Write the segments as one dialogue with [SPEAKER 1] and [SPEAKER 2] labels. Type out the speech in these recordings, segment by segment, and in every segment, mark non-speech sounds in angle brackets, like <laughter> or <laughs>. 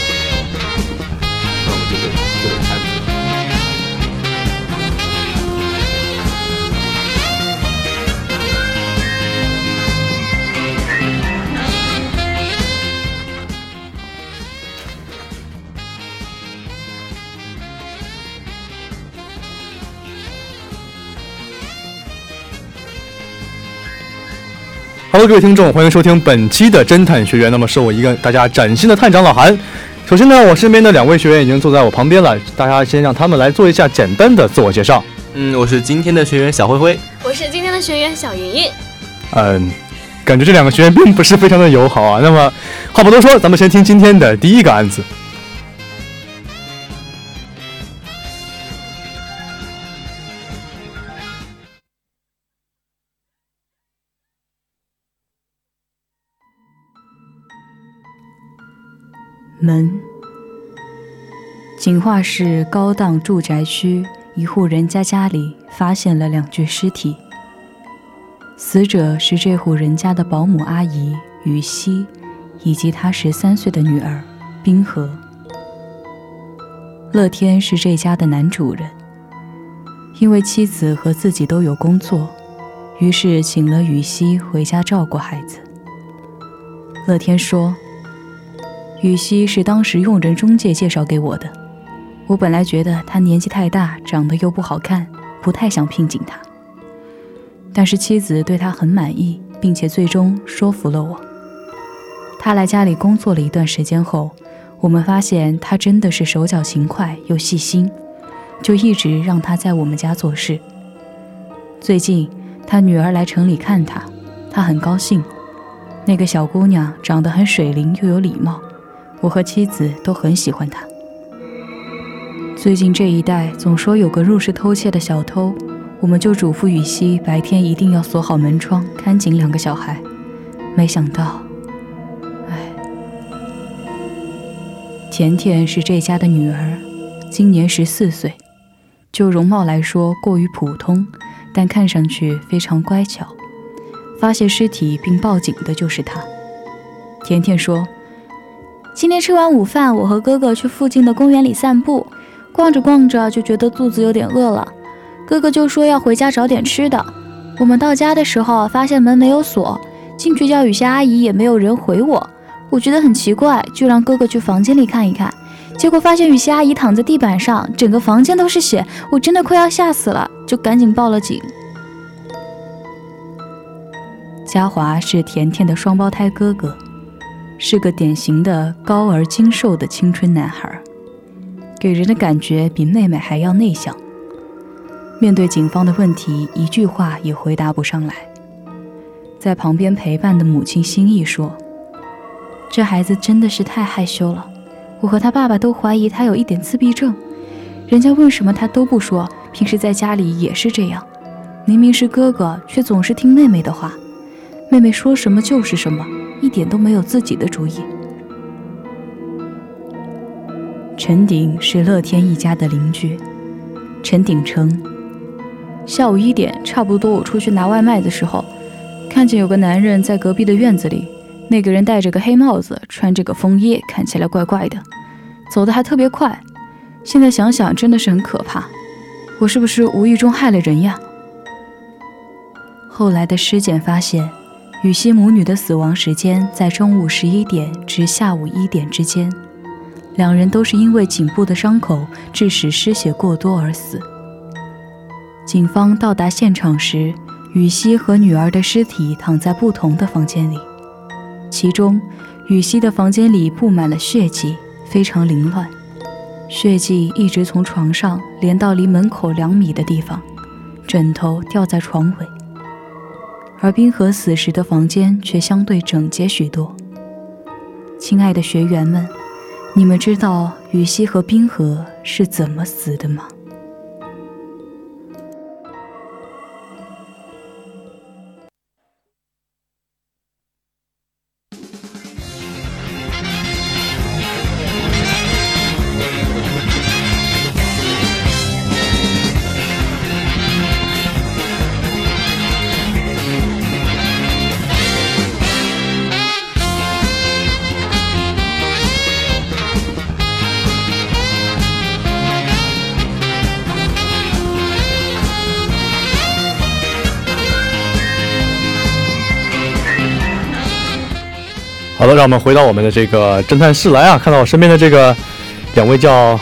[SPEAKER 1] 那我们就得就得开门。
[SPEAKER 2] Hello，各位听众，欢迎收听本期的侦探学员。那么是我一个大家崭新的探长老韩。首先呢，我身边的两位学员已经坐在我旁边了，大家先让他们来做一下简单的自我介绍。
[SPEAKER 1] 嗯，我是今天的学员小灰灰。
[SPEAKER 3] 我是今天的学员小莹莹，
[SPEAKER 2] 嗯，感觉这两个学员并不是非常的友好啊。那么话不多说，咱们先听今天的第一个案子。
[SPEAKER 4] 门。景化市高档住宅区一户人家家里发现了两具尸体，死者是这户人家的保姆阿姨于西，以及她十三岁的女儿冰河。乐天是这家的男主人，因为妻子和自己都有工作，于是请了雨西回家照顾孩子。乐天说。羽西是当时用人中介介绍给我的。我本来觉得她年纪太大，长得又不好看，不太想聘请她。但是妻子对她很满意，并且最终说服了我。她来家里工作了一段时间后，我们发现她真的是手脚勤快又细心，就一直让她在我们家做事。最近，她女儿来城里看她，她很高兴。那个小姑娘长得很水灵又有礼貌，我和妻子都很喜欢她。最近这一带总说有个入室偷窃的小偷，我们就嘱咐雨熙白天一定要锁好门窗，看紧两个小孩。没想到，哎唉，甜甜是这家的女儿，今年十四岁，就容貌来说过于普通，但看上去非常乖巧。发现尸体并报警的就是她。甜甜说
[SPEAKER 5] 今天吃完午饭，我和哥哥去附近的公园里散步，逛着逛着就觉得肚子有点饿了，哥哥就说要回家找点吃的。我们到家的时候，啊发现门没有锁，进去叫雨下阿姨也没有人回我，我觉得很奇怪，就让哥哥去房间里看一看。结果发现雨下阿姨躺在地板上，整个房间都是血，我真的快要吓死了，就赶紧报了警。：“
[SPEAKER 4] 嘉华是甜甜的双胞胎哥哥，是个典型的高而精瘦的青春男孩儿，给人的感觉比妹妹还要内向。面对警方的问题，一句话也回答不上来。在旁边陪伴的母亲心意说：“这孩子真的是太害羞了，我和他爸爸都怀疑他有一点自闭症。人家问什么他都不说，平时在家里也是这样。明明是哥哥，却总是听妹妹的话，妹妹说什么就是什么，一点都没有自己的主意。陈鼎是乐天一家的邻居，陈鼎称，下午一点差不多，我出去拿外卖的时候，看见有个男人在隔壁的院子里，那个人戴着个黑帽子，穿着个风衣，看起来怪怪的，走得还特别快。现在想想真的是很可怕，我是不是无意中害了人呀？后来的尸检发现，羽西母女的死亡时间在中午十一点至下午一点之间，两人都是因为颈部的伤口致使失血过多而死。警方到达现场时，羽西和女儿的尸体躺在不同的房间里，其中羽西的房间里布满了血迹，非常凌乱，血迹一直从床上连到离门口两米的地方，枕头掉在床尾。而冰河死时的房间却相对整洁许多。亲爱的学员们，你们知道羽西和冰河是怎么死的吗？
[SPEAKER 2] 好了，让我们回到我们的这个侦探室来啊，看到我身边的这个两位叫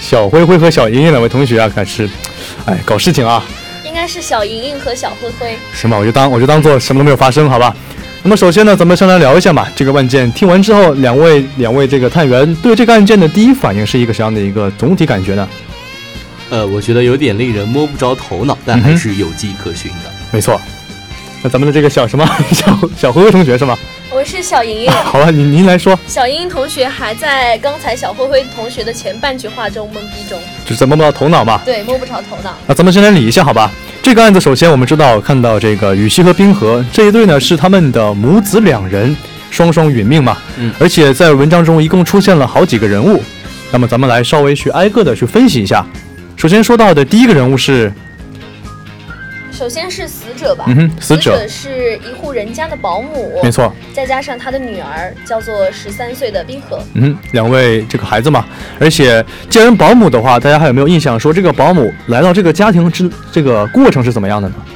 [SPEAKER 2] 小灰灰和小莹莹两位同学啊，看是，哎，搞事情啊，
[SPEAKER 3] 应该是小莹莹和小灰灰。
[SPEAKER 2] 行吧，我就当我就当做什么都没有发生，好吧。那么首先呢，咱们先来聊一下嘛，这个案件听完之后，两位两位这个探员对这个案件的第一反应是一个什么样的一个总体感觉呢？
[SPEAKER 1] 呃，我觉得有点令人摸不着头脑，但
[SPEAKER 2] 嗯
[SPEAKER 1] 还
[SPEAKER 2] 哼
[SPEAKER 1] 是有迹可循的。
[SPEAKER 2] 没错，那咱们的这个小什么 <laughs> 小小灰灰同学是吗？ <laughs>
[SPEAKER 3] 我是小莹莹
[SPEAKER 2] 啊、，好吧，您您来说，
[SPEAKER 3] 小莹莹同学还在刚才小灰灰同学的前半句话中懵逼中，
[SPEAKER 2] 就是咱摸不着头脑嘛。
[SPEAKER 3] 对，摸不着头脑。
[SPEAKER 2] 那咱们先来理一下，好吧？这个案子首先我们知道，看到这个羽西和冰河这一对呢是他们的母子两人双双殒命嘛，
[SPEAKER 1] 嗯
[SPEAKER 2] 而且在文章中一共出现了好几个人物，那么咱们来稍微去挨个的去分析一下。首先说到的第一个人物是，
[SPEAKER 3] 首先是死者吧，
[SPEAKER 2] 嗯哼，死
[SPEAKER 3] 死
[SPEAKER 2] 者，
[SPEAKER 3] 是一户人家的保姆，
[SPEAKER 2] 没，错，
[SPEAKER 3] 再加上他的女儿叫做十三岁的冰河，
[SPEAKER 2] 嗯哼，两位这个孩子嘛，而且既然保姆的话，大家还有没有印象说这个保姆来到这个家庭之这个过程是怎么样的呢？嗯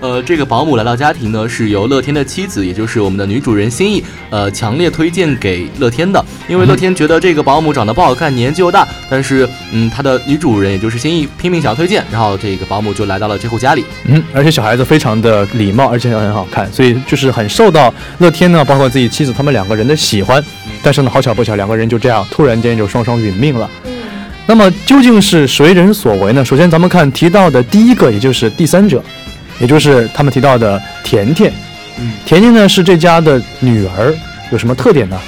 [SPEAKER 1] 呃，这个保姆来到家庭呢，是由乐天的妻子，也就是我们的女主人心意，呃，强烈推荐给乐天的，因
[SPEAKER 2] 嗯
[SPEAKER 1] 为乐天觉得这个保姆长得不好看，年纪又大，但是，嗯，他的女主人也就是心意拼命想要推荐，然后这个保姆就来到了这户家里。
[SPEAKER 2] 嗯，而且小孩子非常的礼貌，而且很好看，所以就是很受到乐天呢，包括自己妻子他们两个人的喜欢。但是呢，好巧不巧，两个人就这样突然间就双双殒命了。
[SPEAKER 3] 嗯，
[SPEAKER 2] 那么究竟是谁人所为呢？首先，咱们看提到的第一个，也就是第三者，也就是他们提到的甜甜。
[SPEAKER 1] 嗯
[SPEAKER 2] 甜甜呢是这家的女儿，有什么特点呢？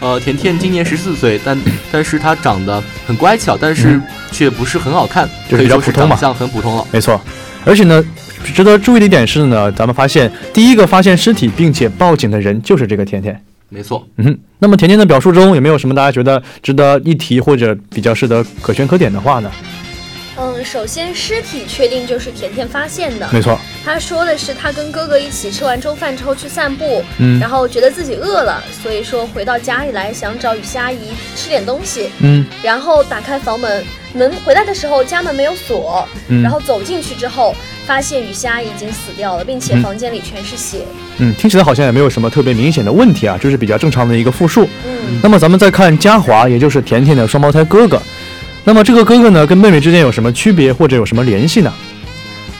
[SPEAKER 1] 呃，甜甜今年十四岁，但但是她长得很乖巧，但是
[SPEAKER 2] 嗯
[SPEAKER 1] 却不是很好看，
[SPEAKER 2] 就是
[SPEAKER 1] 可以
[SPEAKER 2] 比较
[SPEAKER 1] 说是
[SPEAKER 2] 普通嘛
[SPEAKER 1] 长相很普通了。
[SPEAKER 2] 没错，而且呢，值得注意的一点是呢，咱们发现第一个发现尸体并且报警的人就是这个甜甜。
[SPEAKER 1] 没错，
[SPEAKER 2] 嗯哼，那么甜甜的表述中有没有什么大家觉得值得一提或者比较适得可圈可点的话呢？
[SPEAKER 3] 嗯，首先尸体确定就是甜甜发现的，
[SPEAKER 2] 没错，
[SPEAKER 3] 他说的是他跟哥哥一起吃完中饭之后去散步，
[SPEAKER 2] 嗯
[SPEAKER 3] 然后觉得自己饿了，所以说回到家里来想找雨熙阿姨吃点东西，
[SPEAKER 2] 嗯
[SPEAKER 3] 然后打开房门，门回来的时候家门没有锁，
[SPEAKER 2] 嗯，
[SPEAKER 3] 然后走进去之后发现雨熙阿姨已经死掉了，并且
[SPEAKER 2] 嗯
[SPEAKER 3] 房间里全是血。
[SPEAKER 2] 嗯，听起来好像也没有什么特别明显的问题啊，就是比较正常的一个复述。
[SPEAKER 3] 嗯，
[SPEAKER 2] 那么咱们再看嘉华，也就是甜甜的双胞胎哥哥，那么这个哥哥呢跟妹妹之间有什么区别或者有什么联系呢？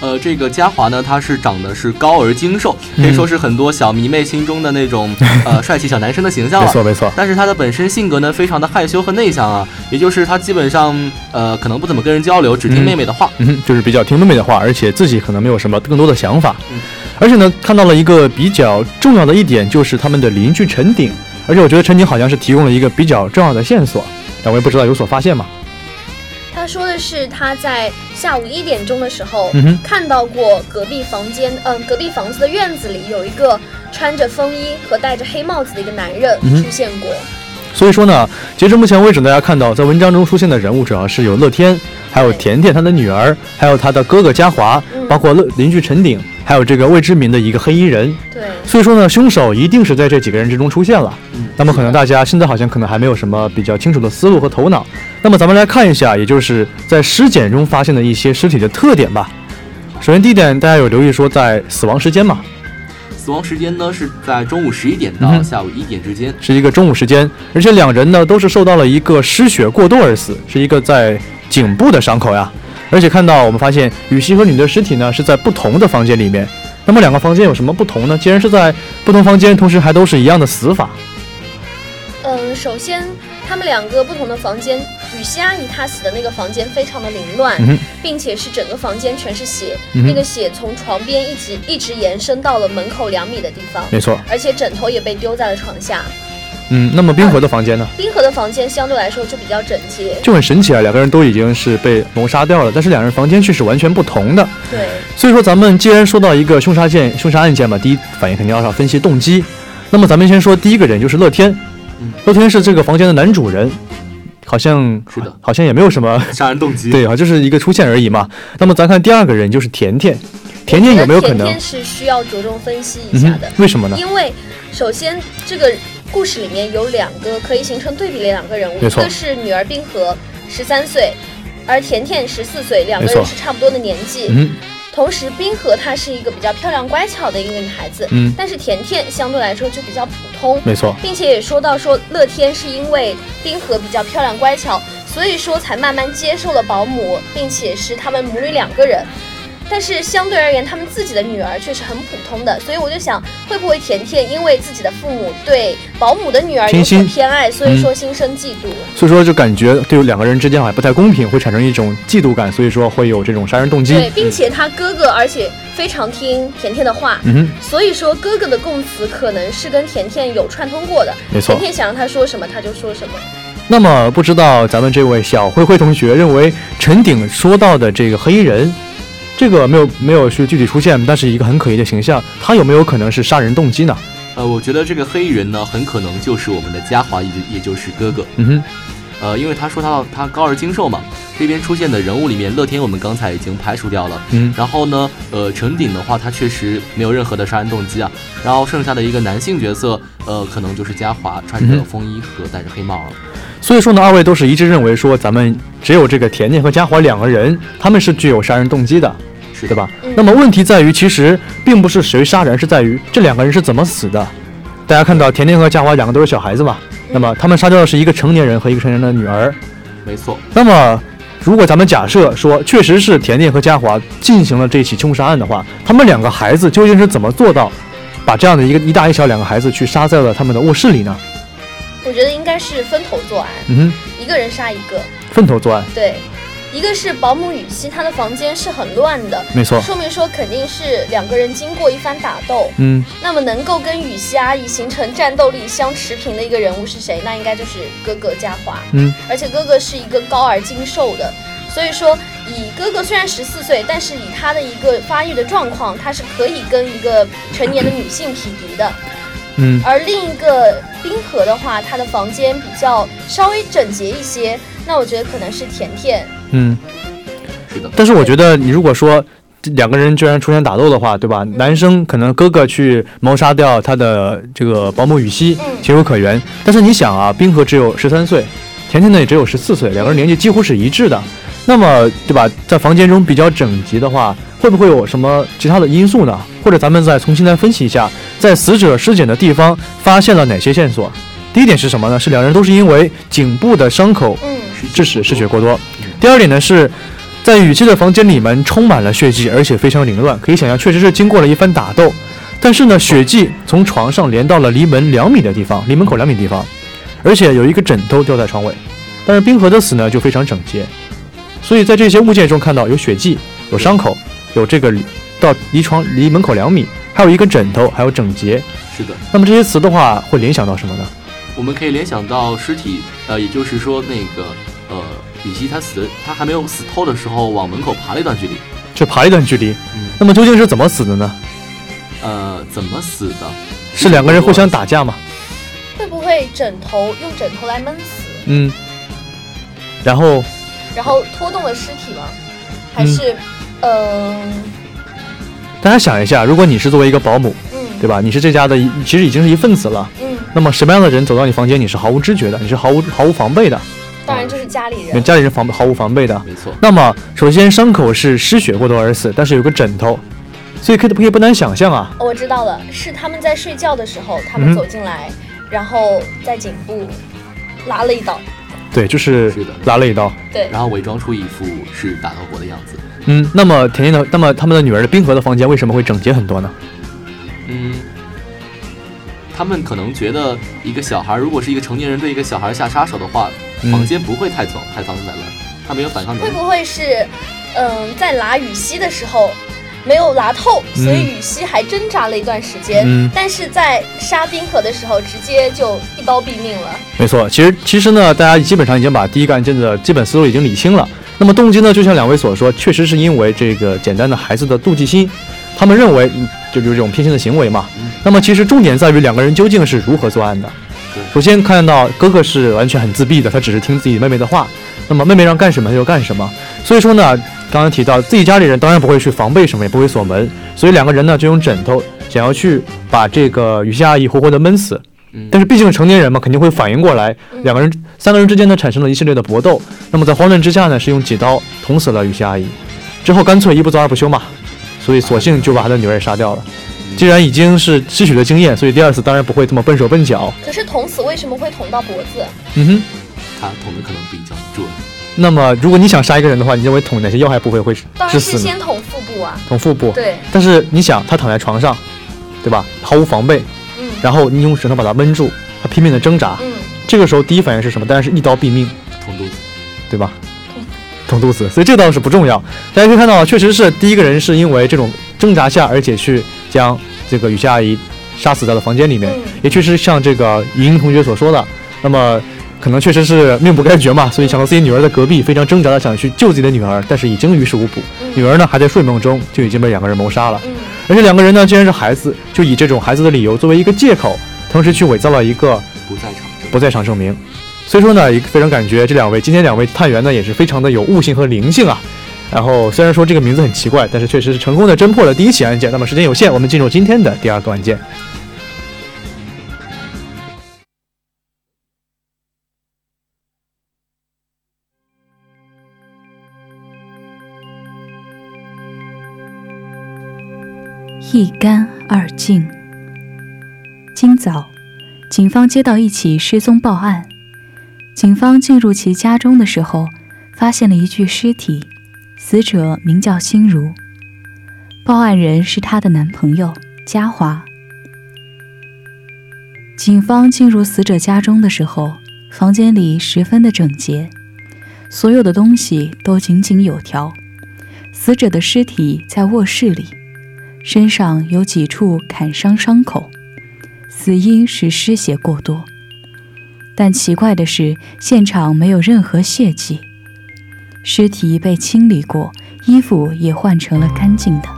[SPEAKER 1] 呃，这个嘉华呢，他是长得是高而精瘦，可
[SPEAKER 2] 嗯
[SPEAKER 1] 以说是很多小迷妹心中的那
[SPEAKER 2] <laughs>
[SPEAKER 1] 种呃帅气小男生的
[SPEAKER 3] 哦
[SPEAKER 1] 形象
[SPEAKER 2] 没
[SPEAKER 1] 了。
[SPEAKER 2] 错没错，
[SPEAKER 1] 但是他的本身性格呢，非常的害羞和内向啊，也就是他基本上呃可能不怎么跟人交流，只
[SPEAKER 2] 嗯
[SPEAKER 1] 听妹妹的话。
[SPEAKER 2] 嗯哼，就是比较听妹妹的话，而且自己可能没有什么更多的想法
[SPEAKER 1] 嗯。
[SPEAKER 2] 而且呢，看到了一个比较重要的一点，就是他们的邻居陈鼎，而且我觉得陈宁好像是提供了一个比较重要的线索，两位不知道有所发现吗？
[SPEAKER 3] 他说的是他在下午一点钟的时候、
[SPEAKER 2] 嗯哼
[SPEAKER 3] 看到过隔壁房间，嗯、隔壁房子的院子里有一个穿着风衣和戴着黑帽子的一个男人
[SPEAKER 2] 嗯哼
[SPEAKER 3] 出现过。
[SPEAKER 2] 所以说呢，截至目前为止，大家看到在文章中出现的人物主要是有乐天，还有甜甜她的女儿，还有她的哥哥嘉华，
[SPEAKER 3] 嗯
[SPEAKER 2] 包括乐邻居陈鼎，还有这个未知名的一个黑衣人。
[SPEAKER 3] 对，
[SPEAKER 2] 所以说呢，凶手一定是在这几个人之中出现了。
[SPEAKER 1] 嗯
[SPEAKER 2] 那么可能大家现在好像可能还没有什么比较清楚的思路和头脑。那么咱们来看一下，也就是在尸检中发现的一些尸体的特点吧。首先第一点，大家有留意说在死亡时间嘛，
[SPEAKER 1] 死亡时间呢是在中午十一点
[SPEAKER 2] 嗯
[SPEAKER 1] 到
[SPEAKER 2] 哼
[SPEAKER 1] 下午一点之间。
[SPEAKER 2] 是一个中午时间，而且两人呢都是受到了一个失血过多而死，是一个在颈部的伤口呀。而且看到我们发现羽西和女的尸体呢是在不同的房间里面，那么两个房间有什么不同呢？既然是在不同房间，同时还都是一样的死法，
[SPEAKER 3] 嗯，首先他们两个不同的房间，雨西阿姨她死的那个房间非常的凌乱，
[SPEAKER 2] 嗯哼
[SPEAKER 3] 并且是整个房间全是血，
[SPEAKER 2] 嗯哼
[SPEAKER 3] 那个血从床边一直一直延伸到了门口两米的地方，
[SPEAKER 2] 没错。
[SPEAKER 3] 而且枕头也被丢在了床下。
[SPEAKER 2] 嗯，那么冰河的房间呢，
[SPEAKER 3] 冰河的房间相对来说就比较整洁，
[SPEAKER 2] 就很神奇啊，两个人都已经是被谋杀掉了，但是两人房间却是完全不同的。
[SPEAKER 3] 对，
[SPEAKER 2] 所以说，咱们既然说到一个凶杀件、凶杀案件嘛，第一反应肯定要要分析动机。那么咱们先说第一个人，就是乐天
[SPEAKER 1] 嗯。
[SPEAKER 2] 乐天是这个房间的男主人，好像
[SPEAKER 1] 是的嗯
[SPEAKER 2] 好像也没有什么
[SPEAKER 1] 杀人动机，
[SPEAKER 2] 对啊，就是一个出现而已嘛。那么咱看第二个人，就是甜甜。甜甜有没有可
[SPEAKER 3] 那
[SPEAKER 2] 能
[SPEAKER 3] 甜甜？是需要着重分析一
[SPEAKER 2] 嗯
[SPEAKER 3] 下
[SPEAKER 2] 哼
[SPEAKER 3] 的，，
[SPEAKER 2] 为什么呢？
[SPEAKER 3] 因为首先这个故事里面有两个可以形成对比的两个人物，
[SPEAKER 2] 没
[SPEAKER 3] 一
[SPEAKER 2] 错
[SPEAKER 3] 个是女儿冰河，十三岁，而甜甜十四岁，两个
[SPEAKER 2] 没错
[SPEAKER 3] 人是差不多的年纪。
[SPEAKER 2] 嗯
[SPEAKER 3] 同时，冰河她是一个比较漂亮乖巧的一个女孩子，
[SPEAKER 2] 嗯，
[SPEAKER 3] 但是甜甜相对来说就比较普通，
[SPEAKER 2] 没错，
[SPEAKER 3] 并且也说到说乐天是因为冰河比较漂亮乖巧，所以说才慢慢接受了保姆，并且是他们母女两个人。但是相对而言，他们自己的女儿却是很普通的，所以我就想，会不会甜甜因为自己的父母对保姆的女儿有
[SPEAKER 2] 偏
[SPEAKER 3] 所
[SPEAKER 2] 心
[SPEAKER 3] 偏爱，所
[SPEAKER 2] 嗯
[SPEAKER 3] 以说心生嫉妒？
[SPEAKER 2] 所以说就感觉对两个人之间好像不太公平，会产生一种嫉妒感，所以说会有这种杀人动机。
[SPEAKER 3] 对，并且他哥哥，而且非常听甜甜的话，
[SPEAKER 2] 嗯哼，
[SPEAKER 3] 所以说哥哥的供词可能是跟甜甜有串通过的。
[SPEAKER 2] 没错
[SPEAKER 3] 甜。甜想让他说什么，他就说什么。
[SPEAKER 2] 那么不知道咱们这位小灰灰同学认为陈鼎说到的这个黑衣人，这个没有没有是具体出现，但是一个很可疑的形象，他有没有可能是杀人动机呢？
[SPEAKER 1] 呃，我觉得这个黑衣人呢，很可能就是我们的嘉华，也就也就是哥哥。
[SPEAKER 2] 嗯哼，
[SPEAKER 1] 呃，因为他说他他高而精瘦嘛，这边出现的人物里面，乐天我们刚才已经排除掉了。
[SPEAKER 2] 嗯
[SPEAKER 1] 然后呢，呃，陈鼎的话，他确实没有任何的杀人动机啊。然后剩下的一个男性角色，呃，可能就是嘉华，穿
[SPEAKER 2] 嗯
[SPEAKER 1] 着
[SPEAKER 2] 哼
[SPEAKER 1] 风衣和戴着黑帽了。
[SPEAKER 2] 所以说呢，二位都是一致认为说咱们只有这个甜甜和嘉华两个人，他们是具有杀人动机的，
[SPEAKER 1] 是
[SPEAKER 2] 对吧？
[SPEAKER 3] 嗯
[SPEAKER 2] 那么问题在于，其实并不是谁杀人，是在于这两个人是怎么死的。大家看到甜甜和嘉华两个都是小孩子嘛，那么他们杀掉的是一个成年人和一个成年人的女儿。
[SPEAKER 1] 没错，
[SPEAKER 2] 那么，如果咱们假设说，确实是甜甜和嘉华进行了这起凶杀案的话，他们两个孩子究竟是怎么做到把这样的一个一大一小两个孩子去杀在了他们的卧室里呢？
[SPEAKER 3] 我觉得应该是分头作案，
[SPEAKER 2] 嗯
[SPEAKER 3] 一个人杀一个。
[SPEAKER 2] 哼，分头作案，
[SPEAKER 3] 对，一个是保姆雨熙，她的房间是很乱的，
[SPEAKER 2] 没错。
[SPEAKER 3] 说明说肯定是两个人经过一番打斗。
[SPEAKER 2] 嗯，
[SPEAKER 3] 那么能够跟雨熙阿姨形成战斗力相持平的一个人物是谁？那应该就是哥哥嘉华。
[SPEAKER 2] 嗯，
[SPEAKER 3] 而且哥哥是一个高而精瘦的，所以说以哥哥虽然十四岁，但是以他的一个发育的状况，他是可以跟一个成年的女性匹敌的。
[SPEAKER 2] 嗯，
[SPEAKER 3] 而另一个冰河的话，他的房间比较稍微整洁一些，那我觉得可能是甜甜。
[SPEAKER 2] 嗯。
[SPEAKER 1] 是的。
[SPEAKER 2] 但是我觉得，你如果说这两个人居然出现打斗的话，对吧？男生可能哥哥去谋杀掉他的这个保姆羽西，
[SPEAKER 3] 嗯
[SPEAKER 2] 情有可原。但是你想啊，冰河只有十三岁，甜甜呢也只有十四岁，两个人年纪几乎是一致的。那么，对吧？在房间中比较整洁的话，会不会有什么其他的因素呢？或者咱们再重新来分析一下，在死者尸检的地方发现了哪些线索？第一点是什么呢？是两人都是因为颈部的伤口
[SPEAKER 3] 嗯，
[SPEAKER 2] 致使失血过多
[SPEAKER 1] 嗯。
[SPEAKER 2] 第二点呢是，在雨季的房间里面充满了血迹，而且非常凌乱，可以想象确实是经过了一番打斗。但是呢，血迹从床上连到了离门两米的地方，离门口两米地方，而且有一个枕头掉在床尾。但是冰河的死呢就非常整洁，所以在这些物件中看到有血迹、有伤口、有这个离到离床离门口两米，还有一个枕头，还有整洁。
[SPEAKER 1] 是的，
[SPEAKER 2] 那么这些词的话，会联想到什么呢？
[SPEAKER 1] 我们可以联想到尸体，呃，也就是说那个呃，羽西他死，他还没有死透的时候，往门口爬了一段距离。
[SPEAKER 2] 只爬了一段距离。
[SPEAKER 1] 嗯
[SPEAKER 2] 那么究竟是怎么死的呢？
[SPEAKER 1] 呃，怎么死的？
[SPEAKER 2] 是两个人互相打架吗？
[SPEAKER 3] 会不会枕头用枕头来闷死，
[SPEAKER 2] 嗯。然后
[SPEAKER 3] 然后拖动了尸体吗？还是，嗯
[SPEAKER 2] 大家想一下，如果你是作为一个保姆，
[SPEAKER 3] 嗯
[SPEAKER 2] 对吧？你是这家的一，其实已经是一份子了。
[SPEAKER 3] 嗯，
[SPEAKER 2] 那么什么样的人走到你房间，你是毫无知觉的，你是毫无毫无防备的，
[SPEAKER 3] 当然就是家里
[SPEAKER 2] 你
[SPEAKER 3] 人，
[SPEAKER 2] 家里人防毫无防备的。
[SPEAKER 1] 没错，
[SPEAKER 2] 那么，首先伤口是失血过多而死，但是有个枕头，所以可以可以不难想象啊。
[SPEAKER 3] 哦我知道了，是他们在睡觉的时候，他
[SPEAKER 2] 嗯
[SPEAKER 3] 们走进来，然后在颈部拉了一刀，
[SPEAKER 2] 对，就是
[SPEAKER 1] 是的
[SPEAKER 2] 拉了一刀。
[SPEAKER 3] 对，
[SPEAKER 1] 然后伪装出一副是打到过的样子。
[SPEAKER 2] 嗯，那么田径的，那么他们的女儿的冰河的房间为什么会整洁很多呢？
[SPEAKER 1] 嗯，他们可能觉得一个小孩儿，如果是一个成年人对一个小孩儿下杀手的话，
[SPEAKER 2] 嗯
[SPEAKER 1] 房间不会太脏太脏太乱，他没有反抗能
[SPEAKER 3] 会
[SPEAKER 1] 力。
[SPEAKER 3] 不会是，嗯，在拉羽西的时候没有拉透，所以羽西还挣扎了一段时间，
[SPEAKER 2] 嗯
[SPEAKER 3] 但是在杀冰河的时候，直接就一刀毙命了。
[SPEAKER 2] 没错，其实其实呢，大家基本上已经把第一个案件的基本思路已经理清了。那么动机呢，就像两位所说，确实是因为这个简单的孩子的妒忌心，他们认为嗯就有这种偏心的行为嘛
[SPEAKER 1] 嗯。
[SPEAKER 2] 那么其实重点在于两个人究竟是如何作案的
[SPEAKER 1] 对。
[SPEAKER 2] 首先看到哥哥是完全很自闭的，他只是听自己妹妹的话，那么妹妹让干什么他就干什么。所以说呢，刚刚提到自己家里人当然不会去防备什么，也不会锁门，所以两个人呢就用枕头想要去把这个雨下阿姨活活的闷死。
[SPEAKER 1] 嗯，
[SPEAKER 2] 但是毕竟成年人嘛，肯定会反应过来，两个人、三个人之间呢产生了一系列的搏斗。那么在慌乱之下呢，是用几刀捅死了雨下阿姨，之后干脆一不做二不休嘛，所以索性就把他的女儿也杀掉了。既然已经是吸取了经验，所以第二次当然不会这么笨手笨脚。
[SPEAKER 3] 可是捅死为什么会捅到脖子？
[SPEAKER 2] 嗯哼，
[SPEAKER 1] 他捅的可能比较准。
[SPEAKER 2] 那么如果你想杀一个人的话，你认为捅哪些要害部位会
[SPEAKER 3] 当
[SPEAKER 2] 致
[SPEAKER 3] 然是
[SPEAKER 2] 死呢？
[SPEAKER 3] 先捅腹部啊，
[SPEAKER 2] 捅腹部。
[SPEAKER 3] 对，
[SPEAKER 2] 但是你想，他躺在床上，对吧？毫无防备，
[SPEAKER 3] 嗯
[SPEAKER 2] 然后你用绳头把他闷住，他拼命的挣扎。
[SPEAKER 3] 嗯，
[SPEAKER 2] 这个时候第一反应是什么？当然是一刀毙命。
[SPEAKER 1] 捅肚子，
[SPEAKER 2] 对吧？捅肚子，所以这倒是不重要。大家可以看到，啊确实是第一个人是因为这种挣扎下，而且去将这个雨下阿姨杀死在了房间里面，
[SPEAKER 3] 嗯
[SPEAKER 2] 也确实像这个云英同学所说的，那么可能确实是命不该绝嘛，所以想到自己女儿在隔壁，非常挣扎的想去救自己的女儿，但是已经于事无补，
[SPEAKER 3] 嗯
[SPEAKER 2] 女儿呢还在睡梦中就已经被两个人谋杀了。
[SPEAKER 3] 嗯，
[SPEAKER 2] 而且两个人呢，既然是孩子，就以这种孩子的理由作为一个借口，同时去伪造了一个
[SPEAKER 1] 不在场证。
[SPEAKER 2] 不在场证明。所以说呢，也非常感觉这两位今天两位探员呢也是非常的有悟性和灵性啊。然后虽然说这个名字很奇怪，但是确实是成功的侦破了第一起案件。那么时间有限，我们进入今天的第二个案件。
[SPEAKER 4] 一干二净。今早，警方接到一起失踪报案。警方进入其家中的时候，发现了一具尸体，死者名叫心如，报案人是她的男朋友嘉华。警方进入死者家中的时候，房间里十分的整洁，所有的东西都井井有条。死者的尸体在卧室里，身上有几处砍伤伤口，死因是失血过多。但奇怪的是，现场没有任何血迹，尸体被清理过，衣服也换成了干净的。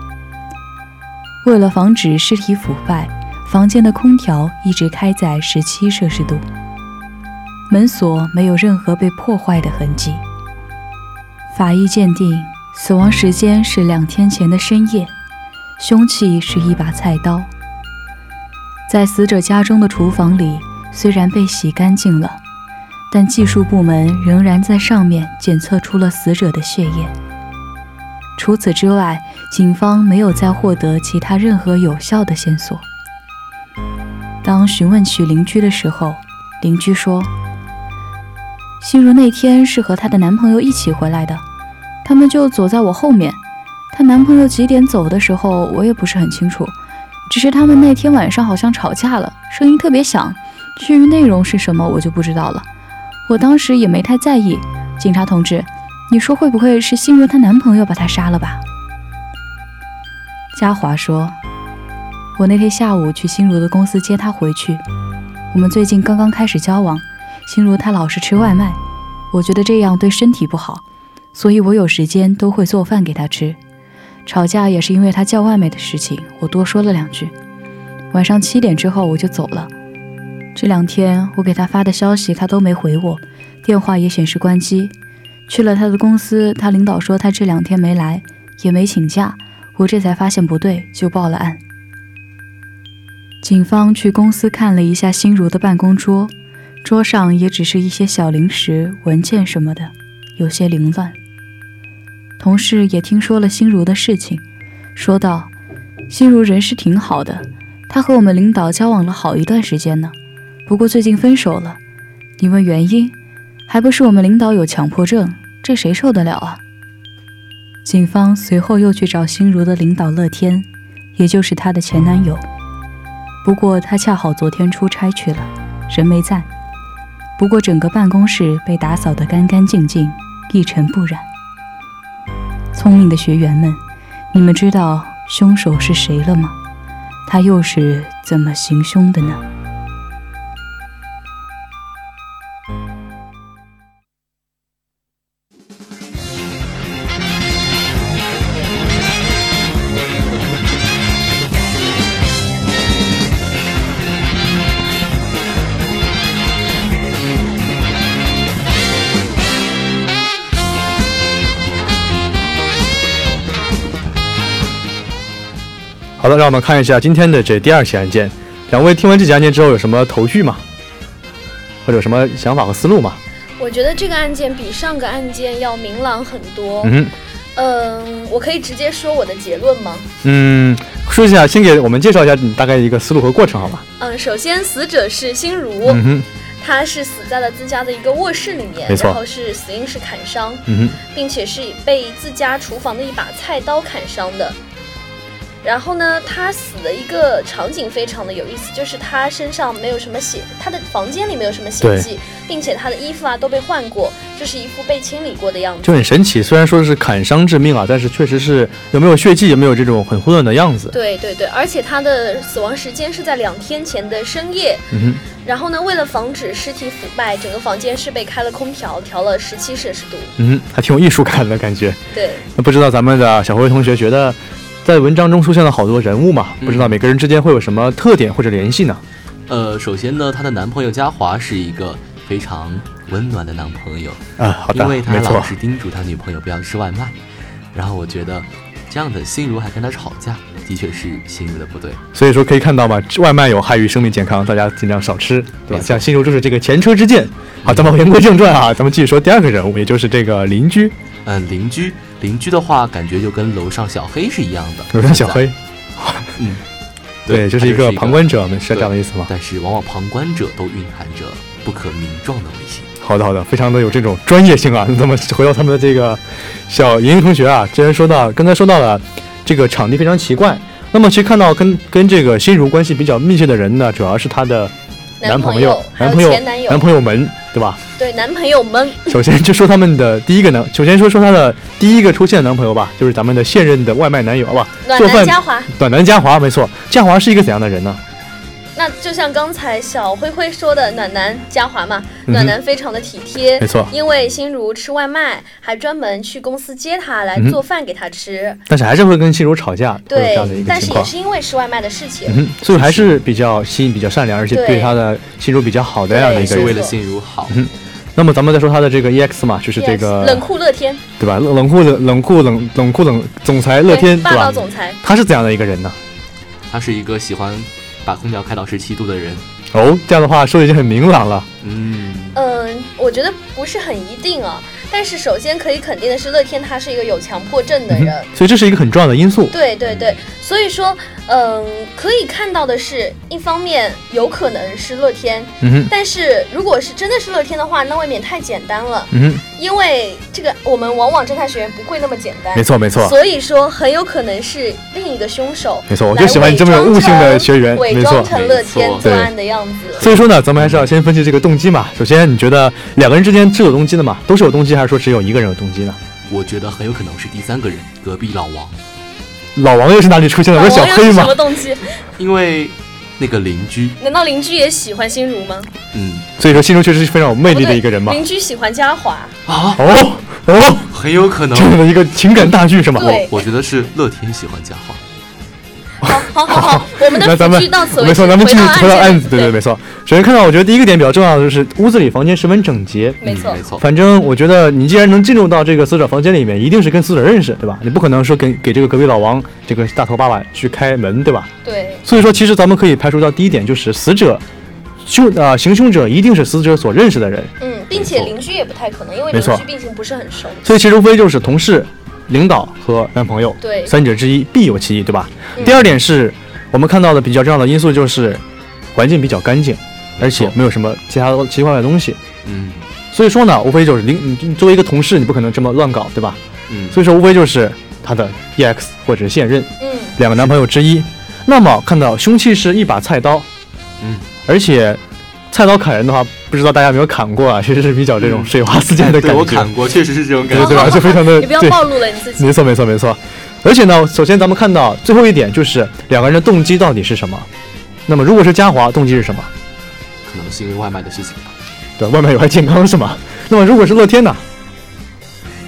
[SPEAKER 4] 为了防止尸体腐败，房间的空调一直开在十七摄氏度，门锁没有任何被破坏的痕迹。法医鉴定，死亡时间是两天前的深夜，凶器是一把菜刀。在死者家中的厨房里，虽然被洗干净了，但技术部门仍然在上面检测出了死者的血液。除此之外，警方没有再获得其他任何有效的线索。当询问起邻居的时候，邻居说：“心如那天是和她的男朋友一起回来的，他们就走在我后面。她男朋友几点走的时候，我也不是很清楚，只是他们那天晚上好像吵架了，声音特别响。至于内容是什么，我就不知道了。我当时也没太在意。警察同志，你说会不会是心如她男朋友把她杀了吧？”嘉华说：“我那天下午去心如的公司接她回去，我们最近刚刚开始交往，心如她老是吃外卖，我觉得这样对身体不好，所以我有时间都会做饭给她吃。吵架也是因为她叫外卖的事情，我多说了两句。晚上七点之后我就走了。这两天我给她发的消息她都没回我，电话也显示关机。去了她的公司，她领导说她这两天没来，也没请假，我这才发现不对，就报了案。警方去公司看了一下心如的办公桌，桌上也只是一些小零食、文件什么的，有些凌乱。同事也听说了心如的事情，说道：“心如人是挺好的，她和我们领导交往了好一段时间呢，不过最近分手了。你问原因，还不是我们领导有强迫症，这谁受得了啊？”警方随后又去找心如的领导乐天，也就是她的前男友。不过他恰好昨天出差去了，人没在。不过整个办公室被打扫得干干净净，一尘不染。聪明的学员们，你们知道凶手是谁了吗？他又是怎么行凶的呢？
[SPEAKER 2] 好了，让我们看一下今天的这第二起案件。两位听完这起案件之后有什么头绪吗？或者有什么想法和思路吗？
[SPEAKER 3] 我觉得这个案件比上个案件要明朗很多。
[SPEAKER 2] 嗯哼
[SPEAKER 3] 嗯，我可以直接说我的结论吗？
[SPEAKER 2] 嗯，说一下，先给我们介绍一下你大概一个思路和过程，好吧？
[SPEAKER 3] 嗯，首先死者是心如，
[SPEAKER 2] 嗯哼，
[SPEAKER 3] 她是死在了自家的一个卧室里面，
[SPEAKER 2] 没错
[SPEAKER 3] 然后是死因是砍伤，
[SPEAKER 2] 嗯哼，
[SPEAKER 3] 并且是被自家厨房的一把菜刀砍伤的。然后呢，她死的一个场景非常的有意思，就是她身上没有什么血，她的房间里没有什么血
[SPEAKER 2] 对
[SPEAKER 3] 迹，并且她的衣服啊都被换过，就是一副被清理过的样子。
[SPEAKER 2] 就很神奇。虽然说是砍伤致命啊，但是确实是有没有血迹，有没有这种很混乱的样子。
[SPEAKER 3] 对对对，而且她的死亡时间是在两天前的深夜。
[SPEAKER 2] 嗯哼，
[SPEAKER 3] 然后呢，为了防止尸体腐败，整个房间是被开了空调，调了十七摄氏度。
[SPEAKER 2] 嗯哼，还挺有艺术感的感觉。
[SPEAKER 3] 对，
[SPEAKER 2] 那不知道咱们的小辉同学觉得，在文章中出现了好多人物嘛，
[SPEAKER 1] 嗯
[SPEAKER 2] 不知道每个人之间会有什么特点或者联系呢？
[SPEAKER 1] 呃，首先呢，她的男朋友嘉华是一个非常温暖的男朋友，
[SPEAKER 2] 啊，好
[SPEAKER 1] 因
[SPEAKER 2] 的，
[SPEAKER 1] 为他
[SPEAKER 2] 没
[SPEAKER 1] 老
[SPEAKER 2] 错，
[SPEAKER 1] 是叮嘱他女朋友不要吃外卖，然后我觉得这样的心如还跟他吵架，的确是心如的不对。
[SPEAKER 2] 所以说可以看到嘛，外卖有害于生命健康，大家尽量少吃，对
[SPEAKER 1] 没
[SPEAKER 2] 吧？
[SPEAKER 1] 错
[SPEAKER 2] 像心如就是这个前车之鉴。好，咱们言归正传啊，咱们继续说第二个人物，也就是这个邻 <laughs> 居，
[SPEAKER 1] 嗯，邻居邻居的话，感觉就跟楼上小黑是一样的，
[SPEAKER 2] 有点小黑，
[SPEAKER 1] 嗯，
[SPEAKER 2] 对，就是一个旁观者，我们是这样的意思吗？
[SPEAKER 1] 但是往往旁观者都蕴含着不可名状的危险。
[SPEAKER 2] 好的，好的，非常的有这种专业性啊。那么回到他们的这个小莹莹同学啊，之前说到，刚才说到了这个场地非常奇怪。那么其实看到跟跟这个心如关系比较密切的人呢，主要是她的男朋
[SPEAKER 3] 朋
[SPEAKER 2] 友、
[SPEAKER 3] 还有
[SPEAKER 2] 男朋友
[SPEAKER 3] 前、男友，
[SPEAKER 2] 男朋友们，
[SPEAKER 3] <laughs>
[SPEAKER 2] 对吧？
[SPEAKER 3] 对男朋友们，
[SPEAKER 2] 首先就说他们的第一个男，首先说说她的第一个出现的男朋友吧，就是咱们的现任的外卖男友吧，
[SPEAKER 3] 暖
[SPEAKER 2] 做
[SPEAKER 3] 男
[SPEAKER 2] 饭
[SPEAKER 3] 嘉华。
[SPEAKER 2] 短男嘉华，没错。嘉华是一个怎样的人呢？
[SPEAKER 3] 那就像刚才小灰灰说的，暖男嘉华嘛，
[SPEAKER 2] 嗯哼
[SPEAKER 3] 暖男非常的体贴，
[SPEAKER 2] 没错
[SPEAKER 3] 因为心如吃外卖，还专门去公司接她来
[SPEAKER 2] 嗯哼
[SPEAKER 3] 做饭给她吃。
[SPEAKER 2] 但是还是会跟心如吵架，会有这
[SPEAKER 3] 对
[SPEAKER 2] 样的一，个
[SPEAKER 3] 但
[SPEAKER 2] 情
[SPEAKER 3] 是
[SPEAKER 2] 况
[SPEAKER 3] 也。是因为吃外卖的事情，
[SPEAKER 2] 嗯哼，所以还是比较心比较善良，而且
[SPEAKER 3] 对
[SPEAKER 2] 对他的心如比较好的这样的一个
[SPEAKER 1] 是
[SPEAKER 3] 对
[SPEAKER 1] 为
[SPEAKER 2] 人。
[SPEAKER 1] 了心如好，
[SPEAKER 2] 嗯那么咱们再说他的这个 EX 嘛，就是这
[SPEAKER 3] Yes，
[SPEAKER 2] 个
[SPEAKER 3] 冷酷乐天，
[SPEAKER 2] 对吧？冷冷酷冷冷酷冷冷酷冷总裁乐
[SPEAKER 3] 对
[SPEAKER 2] 天对
[SPEAKER 3] 霸道
[SPEAKER 2] 吧？
[SPEAKER 3] 总裁，
[SPEAKER 2] 他是怎样的一个人呢？
[SPEAKER 1] 他是一个喜欢把空调开到十七度的人。
[SPEAKER 2] 哦，这样的话说的已经很明朗了。
[SPEAKER 1] 嗯，
[SPEAKER 3] 嗯，我觉得不是很一定啊。但是首先可以肯定的是，乐天他是一个有强迫症的
[SPEAKER 2] 嗯
[SPEAKER 3] 人，
[SPEAKER 2] 哼所以这是一个很重要的因素。
[SPEAKER 3] 对对对，所以说，嗯，可以看到的是，一方面有可能是乐天，
[SPEAKER 2] 嗯哼，
[SPEAKER 3] 但是如果是真的是乐天的话，那未免太简单了，
[SPEAKER 2] 嗯哼，
[SPEAKER 3] 因为这个我们往往侦探学员不会那么简单
[SPEAKER 2] 没，错没错
[SPEAKER 3] 所以说很有可能是另一个凶手
[SPEAKER 2] 没错，我
[SPEAKER 3] 来
[SPEAKER 2] 就喜欢
[SPEAKER 3] 伪
[SPEAKER 2] 你这么有
[SPEAKER 3] 装
[SPEAKER 2] 悟性的
[SPEAKER 3] 成
[SPEAKER 2] 学员，
[SPEAKER 3] 伪
[SPEAKER 2] 没
[SPEAKER 3] 装
[SPEAKER 2] 错。
[SPEAKER 3] 成乐天
[SPEAKER 1] 没错
[SPEAKER 3] 作案的样子。
[SPEAKER 2] 所以说呢，咱们还是要先分析这个动机嘛。首先，你觉得两个人之间是有动机的嘛？都是有动机，还是说只有一个人有动机呢？
[SPEAKER 1] 我觉得很有可能是第三个人，隔壁老王，
[SPEAKER 2] 老王又是哪里出现了？
[SPEAKER 3] 老
[SPEAKER 2] 不是小
[SPEAKER 3] 王又
[SPEAKER 2] 黑
[SPEAKER 3] 是什
[SPEAKER 2] 吗
[SPEAKER 3] 么？动机？
[SPEAKER 1] 因为那个邻居，
[SPEAKER 3] 难道邻居也喜欢心如吗？
[SPEAKER 1] 嗯
[SPEAKER 2] 所以说，心中确实是非常有魅哎力的一个人嘛。
[SPEAKER 3] 邻居喜欢嘉华，
[SPEAKER 1] 啊，
[SPEAKER 2] 哦哦，
[SPEAKER 1] 很
[SPEAKER 2] <laughs>
[SPEAKER 1] 有可能
[SPEAKER 3] <laughs>
[SPEAKER 2] 这，样的一个情感大剧是吗？
[SPEAKER 3] 对
[SPEAKER 1] 我觉得是乐天喜欢佳话。
[SPEAKER 3] 好好好，我们的
[SPEAKER 2] <laughs> 那咱
[SPEAKER 3] 辅
[SPEAKER 2] 们
[SPEAKER 3] 剧到此为止，
[SPEAKER 2] 没错，咱们继续回
[SPEAKER 3] 回
[SPEAKER 2] 到案
[SPEAKER 3] 案
[SPEAKER 2] 子，
[SPEAKER 3] 子，
[SPEAKER 2] 对对，没错。首先看到，我觉得第一个点比较重要的就是屋子里房间十分整洁。
[SPEAKER 3] 没错
[SPEAKER 1] 嗯没错，
[SPEAKER 2] 反正我觉得你既然能进入到这个死者房间里面，一定是跟死者认识，对吧？你不可能说给给这个隔壁老王这个大头爸爸去开门，对吧？
[SPEAKER 3] 对，
[SPEAKER 2] 所以说，其实咱们可以排除到第一点，就是死者凶啊、行凶者一定是死者所认识的人，
[SPEAKER 3] 嗯，并且邻居也不太可能，因为
[SPEAKER 2] 没
[SPEAKER 3] 邻
[SPEAKER 2] 错
[SPEAKER 3] 居毕竟不是很熟，
[SPEAKER 2] 所以其实无非就是同事、领导和男朋友，
[SPEAKER 3] 对
[SPEAKER 2] 三者之一必有其一，对吧？
[SPEAKER 3] 嗯
[SPEAKER 2] 第二点是我们看到的比较重要的因素就是环境比较干净，而且没有什么其他奇怪的东西。
[SPEAKER 1] 嗯
[SPEAKER 2] 所以说呢，无非就是领你你作为一个同事，你不可能这么乱搞，对吧？
[SPEAKER 1] 嗯，
[SPEAKER 2] 所以说无非就是他的 EX 或者是现任
[SPEAKER 3] 嗯，
[SPEAKER 2] 两个男朋友之一。那么看到凶器是一把菜刀，
[SPEAKER 1] 嗯，
[SPEAKER 2] 而且菜刀砍人的话，不知道大家有没有砍过啊？其实是比较这种
[SPEAKER 1] 嗯
[SPEAKER 2] 水花四溅的感
[SPEAKER 1] 对
[SPEAKER 2] 觉，
[SPEAKER 1] 我砍过，确实是这种感
[SPEAKER 2] 对对
[SPEAKER 3] <laughs>
[SPEAKER 1] 觉。
[SPEAKER 2] 吧？就非常的
[SPEAKER 3] 你不要
[SPEAKER 2] 对
[SPEAKER 3] 暴露了你自己，
[SPEAKER 2] 没错，没错，没错。而且呢，首先咱们看到最后一点就是两个人的动机到底是什么？那么如果是嘉华，动机是什么？
[SPEAKER 1] 可能是因为外卖的事情吧。
[SPEAKER 2] 对，外面有害健康是吗？那么如果是乐天呢？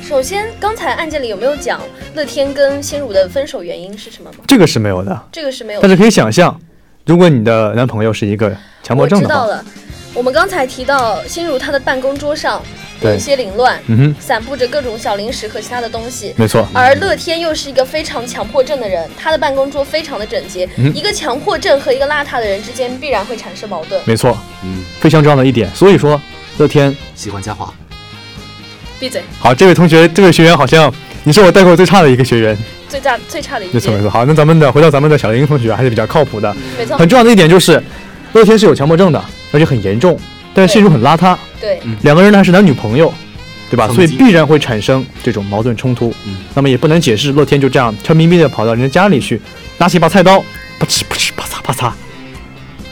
[SPEAKER 3] 首先，刚才案件里有没有讲乐天跟心如的分手原因是什么吗？
[SPEAKER 2] 这个是没有的，
[SPEAKER 3] 这个是没有的
[SPEAKER 2] 但。是可以想象，如果你的男朋友是一个强迫
[SPEAKER 3] 我
[SPEAKER 2] 症
[SPEAKER 3] 知
[SPEAKER 2] 的
[SPEAKER 3] 道
[SPEAKER 2] 话，
[SPEAKER 3] 了，我们刚才提到心如她的办公桌上有
[SPEAKER 2] 对
[SPEAKER 3] 一些凌乱，
[SPEAKER 2] 嗯哼，
[SPEAKER 3] 散布着各种小零食和其他的东西。
[SPEAKER 2] 没错，
[SPEAKER 3] 而乐天又是一个非常强迫症的人，他的办公桌非常的整洁。
[SPEAKER 2] 嗯
[SPEAKER 3] 一个强迫症和一个邋遢的人之间必然会产生矛盾，
[SPEAKER 2] 没错，
[SPEAKER 1] 嗯，
[SPEAKER 2] 非常重要的一点。所以说，乐天，
[SPEAKER 1] 喜欢佳话。
[SPEAKER 3] 闭嘴！
[SPEAKER 2] 好，这位同学，这位学员好像你是我带过最差的一个学员，
[SPEAKER 3] 最大最差的一
[SPEAKER 2] 没错没
[SPEAKER 3] 件，
[SPEAKER 2] 错。好，那咱们的回到咱们的小林同学啊还是比较靠谱的。
[SPEAKER 3] 没错
[SPEAKER 2] 很，重要的一点就是，乐天是有强迫症的，而且很严重，但是心如很邋遢，
[SPEAKER 3] 对，
[SPEAKER 2] 两个人呢还是男女朋友，对吧？
[SPEAKER 1] 曾
[SPEAKER 2] 所以
[SPEAKER 1] 经
[SPEAKER 2] 必然会产生这种矛盾冲突。
[SPEAKER 1] 嗯
[SPEAKER 2] 那么也不能解释乐天就这样悄咪咪的跑到人家家里去，拿起一把菜刀，啪哧啪哧啪嚓啪嚓，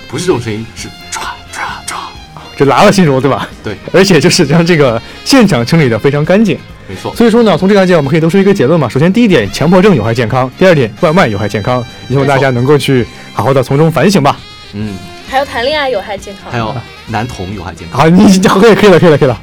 [SPEAKER 1] 不是这种声音，是唰唰唰。
[SPEAKER 2] 就拉了心如，对吧？
[SPEAKER 1] 对，
[SPEAKER 2] 而且就是将这个现场清理的非常干净。
[SPEAKER 1] 没错，
[SPEAKER 2] 所以说呢，从这个案件我们可以得出一个结论嘛。首先，第一点，强迫症有害健康；第二点，外卖有害健康。希望大家能够去好好的从中反省吧。
[SPEAKER 1] 嗯，
[SPEAKER 3] 还有谈恋爱有害健康。
[SPEAKER 1] 还有男童有害健康。
[SPEAKER 2] 好，你好，可以可以了，可以了，可以了。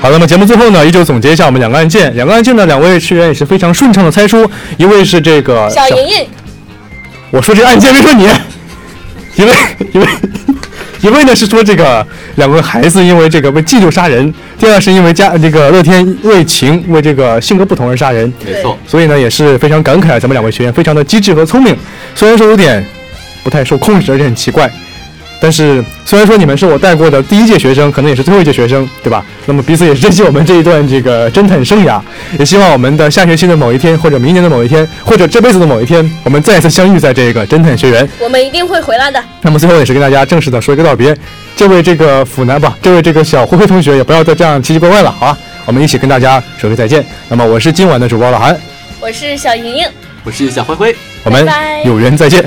[SPEAKER 2] 好，那么节目最后呢，依旧总结一下我们两个案件。两个案件呢，两位学员也是非常顺畅的猜出，一位是这个
[SPEAKER 3] 小莹莹，
[SPEAKER 2] 我说这个案件没说你， <laughs> 一位一位一位呢是说这个两个孩子因为这个为嫉妒杀人，第二是因为家这个乐天为情为这个性格不同而杀人，
[SPEAKER 1] 没错，
[SPEAKER 2] 所以呢也是非常感慨咱们两位学员非常的机智和聪明，虽然说有点不太受控制，而且很奇怪。但是虽然说你们是我带过的第一届学生，可能也是最后一届学生，对吧？那么彼此也是珍惜我们这一段这个侦探生涯，也希望我们的下学期的某一天，或者明年的某一天，或者这辈子的某一天，我们再一次相遇在这个侦探学园。
[SPEAKER 3] 我们一定会回来的。
[SPEAKER 2] 那么最后也是跟大家正式的说一个道别，这位这个腐男吧，这位这个小灰灰同学也不要再这样奇奇怪怪了，好吧？我们一起跟大家说个再见。那么我是今晚的主播老韩，
[SPEAKER 3] 我是小莹莹，
[SPEAKER 1] 我是小灰灰。
[SPEAKER 2] 我们
[SPEAKER 3] 拜拜
[SPEAKER 2] 有缘再见。